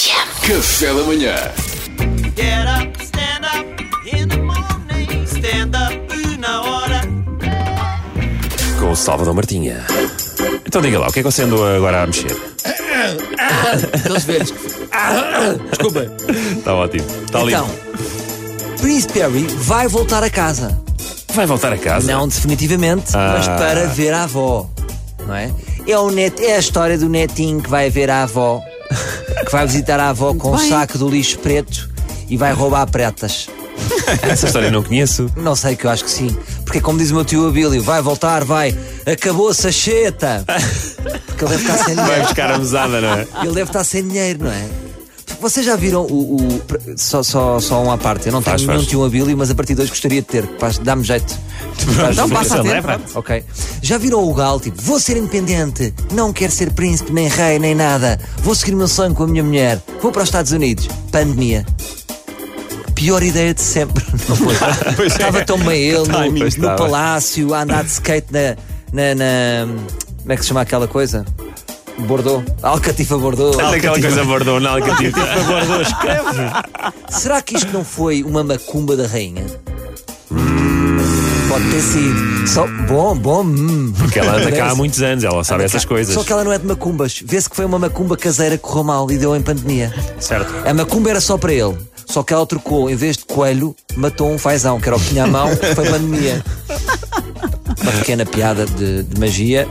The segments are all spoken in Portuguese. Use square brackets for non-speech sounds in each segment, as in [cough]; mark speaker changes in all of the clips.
Speaker 1: Café da manhã.
Speaker 2: Get up, stand up in the morning. Stand up na hora.
Speaker 3: com o Salvador Martinha. Então diga lá, o que é que você andou agora a mexer?
Speaker 4: Aqueles velhos que. Desculpem.
Speaker 3: Está ótimo. Tá Está lindo.
Speaker 4: Então, Prince Perry vai voltar a casa.
Speaker 3: Vai voltar a casa?
Speaker 4: Não definitivamente, mas para ver a avó. Não é? É, o net, é a história do netinho que vai ver a avó, que vai visitar a avó com o saco do lixo preto e vai roubar pretas.
Speaker 3: Essa história eu não conheço.
Speaker 4: Não sei que eu acho que sim. Porque como diz o meu tio Abílio, vai voltar, vai. Acabou-se a cheta. Porque ele deve estar sem dinheiro.
Speaker 3: Vai buscar a mesada, não é?
Speaker 4: Ele deve estar sem dinheiro, não é? Vocês já viram o. o- só, só, só uma parte. Eu não
Speaker 3: Faz,
Speaker 4: tenho nenhum
Speaker 3: faz.
Speaker 4: tio Abílio, mas a partir de hoje gostaria de ter. Pá, Dá-me jeito. Não,
Speaker 3: [laughs]
Speaker 4: passa a
Speaker 3: Não é,
Speaker 4: ter.
Speaker 3: pronto.
Speaker 4: Ok. Já viram o Gal, tipo, vou ser independente, não quero ser príncipe, nem rei, nem nada. Vou seguir o meu sonho com a minha mulher. Vou para os Estados Unidos. Pandemia. Pior ideia de sempre. [laughs] Não foi?
Speaker 3: [laughs] Pois é.
Speaker 4: Estava tão bem ele no,
Speaker 3: Timing
Speaker 4: no
Speaker 3: estava.
Speaker 4: palácio, a andar de skate na, na, na- Como é que se chama aquela coisa? Bordeaux. Alcatifa Bordeaux.
Speaker 3: É Aquela coisa bordou, não, que eu tive.
Speaker 4: Será que isto não foi uma macumba da rainha? Pode ter sido. Só, bom, bom. Hum.
Speaker 3: Porque ela anda cá há
Speaker 4: Parece-
Speaker 3: muitos anos, ela sabe essas coisas.
Speaker 4: Só que ela não é de macumbas. Vê-se que foi uma macumba caseira que correu mal e deu em pandemia.
Speaker 3: Certo.
Speaker 4: A macumba era só para ele. Só que ela trocou, em vez de coelho, matou um fazão, que era o que tinha à mão, foi pandemia. Uma pequena piada de, de magia.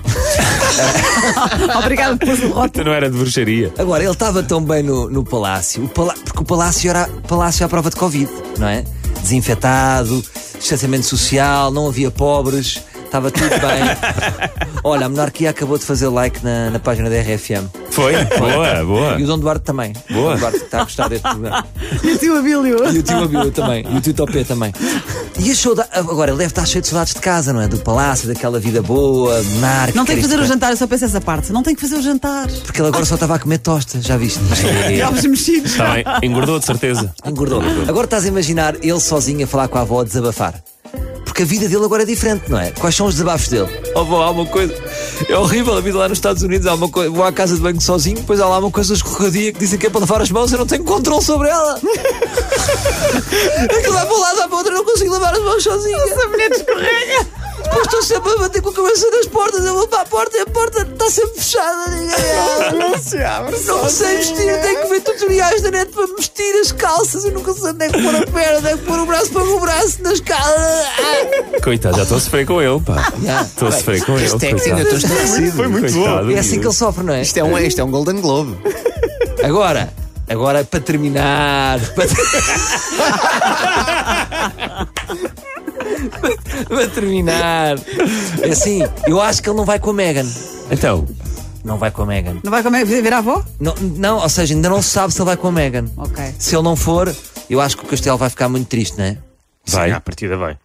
Speaker 5: Obrigada por o rótulo.
Speaker 3: Tu Então não era de bruxaria.
Speaker 4: Agora, ele estava tão bem no, no palácio, o pala- porque o palácio era palácio à prova de Covid, não é? Desinfetado, distanciamento social, não havia pobres, estava tudo bem.
Speaker 3: [laughs]
Speaker 4: Olha, a monarquia acabou de fazer like na, na página da RFM.
Speaker 3: Foi? Boa, boa.
Speaker 4: E o Dom Duarte também.
Speaker 3: Boa.
Speaker 4: O Dom Duarte está a gostar deste programa.
Speaker 5: E o tio Abílio.
Speaker 4: E o tio Abílio também. E o tio Topé também. E as sauda- Agora, ele deve estar cheio de saudades de casa, não é? Do palácio, daquela vida boa, monárquica.
Speaker 5: Não tem que fazer o
Speaker 4: né?
Speaker 5: jantar, eu só penso essa parte. Não tem que fazer o jantar.
Speaker 4: Porque ele agora só estava a comer tosta, já
Speaker 3: É.
Speaker 4: viste? é.
Speaker 5: Ovos mexidos.
Speaker 3: Está Tá bem. Engordou, de certeza.
Speaker 4: Engordou. Agora estás a imaginar ele sozinho a falar com a avó a desabafar. Porque a vida dele agora é diferente, não é? Quais são os desabafos dele? Oh, avó, há uma coisa. É horrível a vida lá nos Estados Unidos. Há uma coisa. Vou à casa de banho sozinho, depois há lá uma coisa escorregadia que dizem que é para lavar as mãos. Eu não tenho controle sobre [laughs] ela. Aquilo lá para um lado, lá para outro. Eu não consigo lavar as mãos sozinho. Essa mulher escorrega. Depois estou sempre a bater com a cabeça nas portas. Eu vou para a porta e a porta está sempre fechada. Ninguém abre. Não sei vestir, eu tenho que ver tutoriais da net para me vestir as calças. Eu nunca sei onde é que pôr a perna, onde é que pôr o braço para o braço nas calças.
Speaker 3: Coitado, já estou a sofrer com ele, pá. Estou a sofrer com ele.
Speaker 6: Isto é que
Speaker 3: coitado.
Speaker 6: ainda estou estarrecido.
Speaker 3: Foi muito
Speaker 4: É, assim que ele sofre, não é?
Speaker 6: Isto é, um, isto é um Golden Globe.
Speaker 4: Agora, agora para terminar. Para, [laughs] para terminar. É assim, eu acho que ele não vai com a Megan.
Speaker 3: Então,
Speaker 4: Não vai com a Megan.
Speaker 5: Não vai comer, ver a avó?
Speaker 4: Não, não, ou seja, ainda não se sabe se ele vai com a Megan.
Speaker 5: Ok.
Speaker 4: Se ele não for, eu acho que o Castelo vai ficar muito triste, não é?
Speaker 3: vai.
Speaker 7: À partida vai.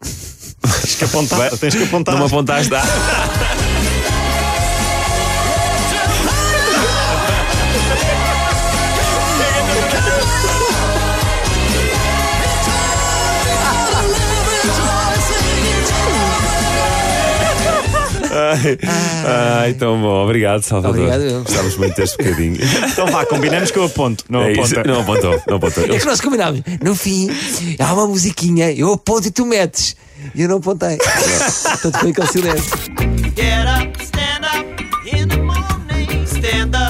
Speaker 7: Tens que apontar. Tens que apontar.
Speaker 3: Não me apontaste. Ah. Ai, ai, tão bom. Obrigado, Salvador.
Speaker 4: Obrigado, eu.
Speaker 3: Gostávamos muito deste bocadinho.
Speaker 7: Então vá, combinamos que eu aponto. Não
Speaker 3: É isso.
Speaker 7: aponta.
Speaker 3: Não apontou, não apontou.
Speaker 4: [laughs] É que nós combinámos. No fim, há uma musiquinha, eu aponto e tu metes. E eu não apontei. [laughs] Portanto, foi aquele silêncio.
Speaker 2: Get up, stand up in the morning. Stand up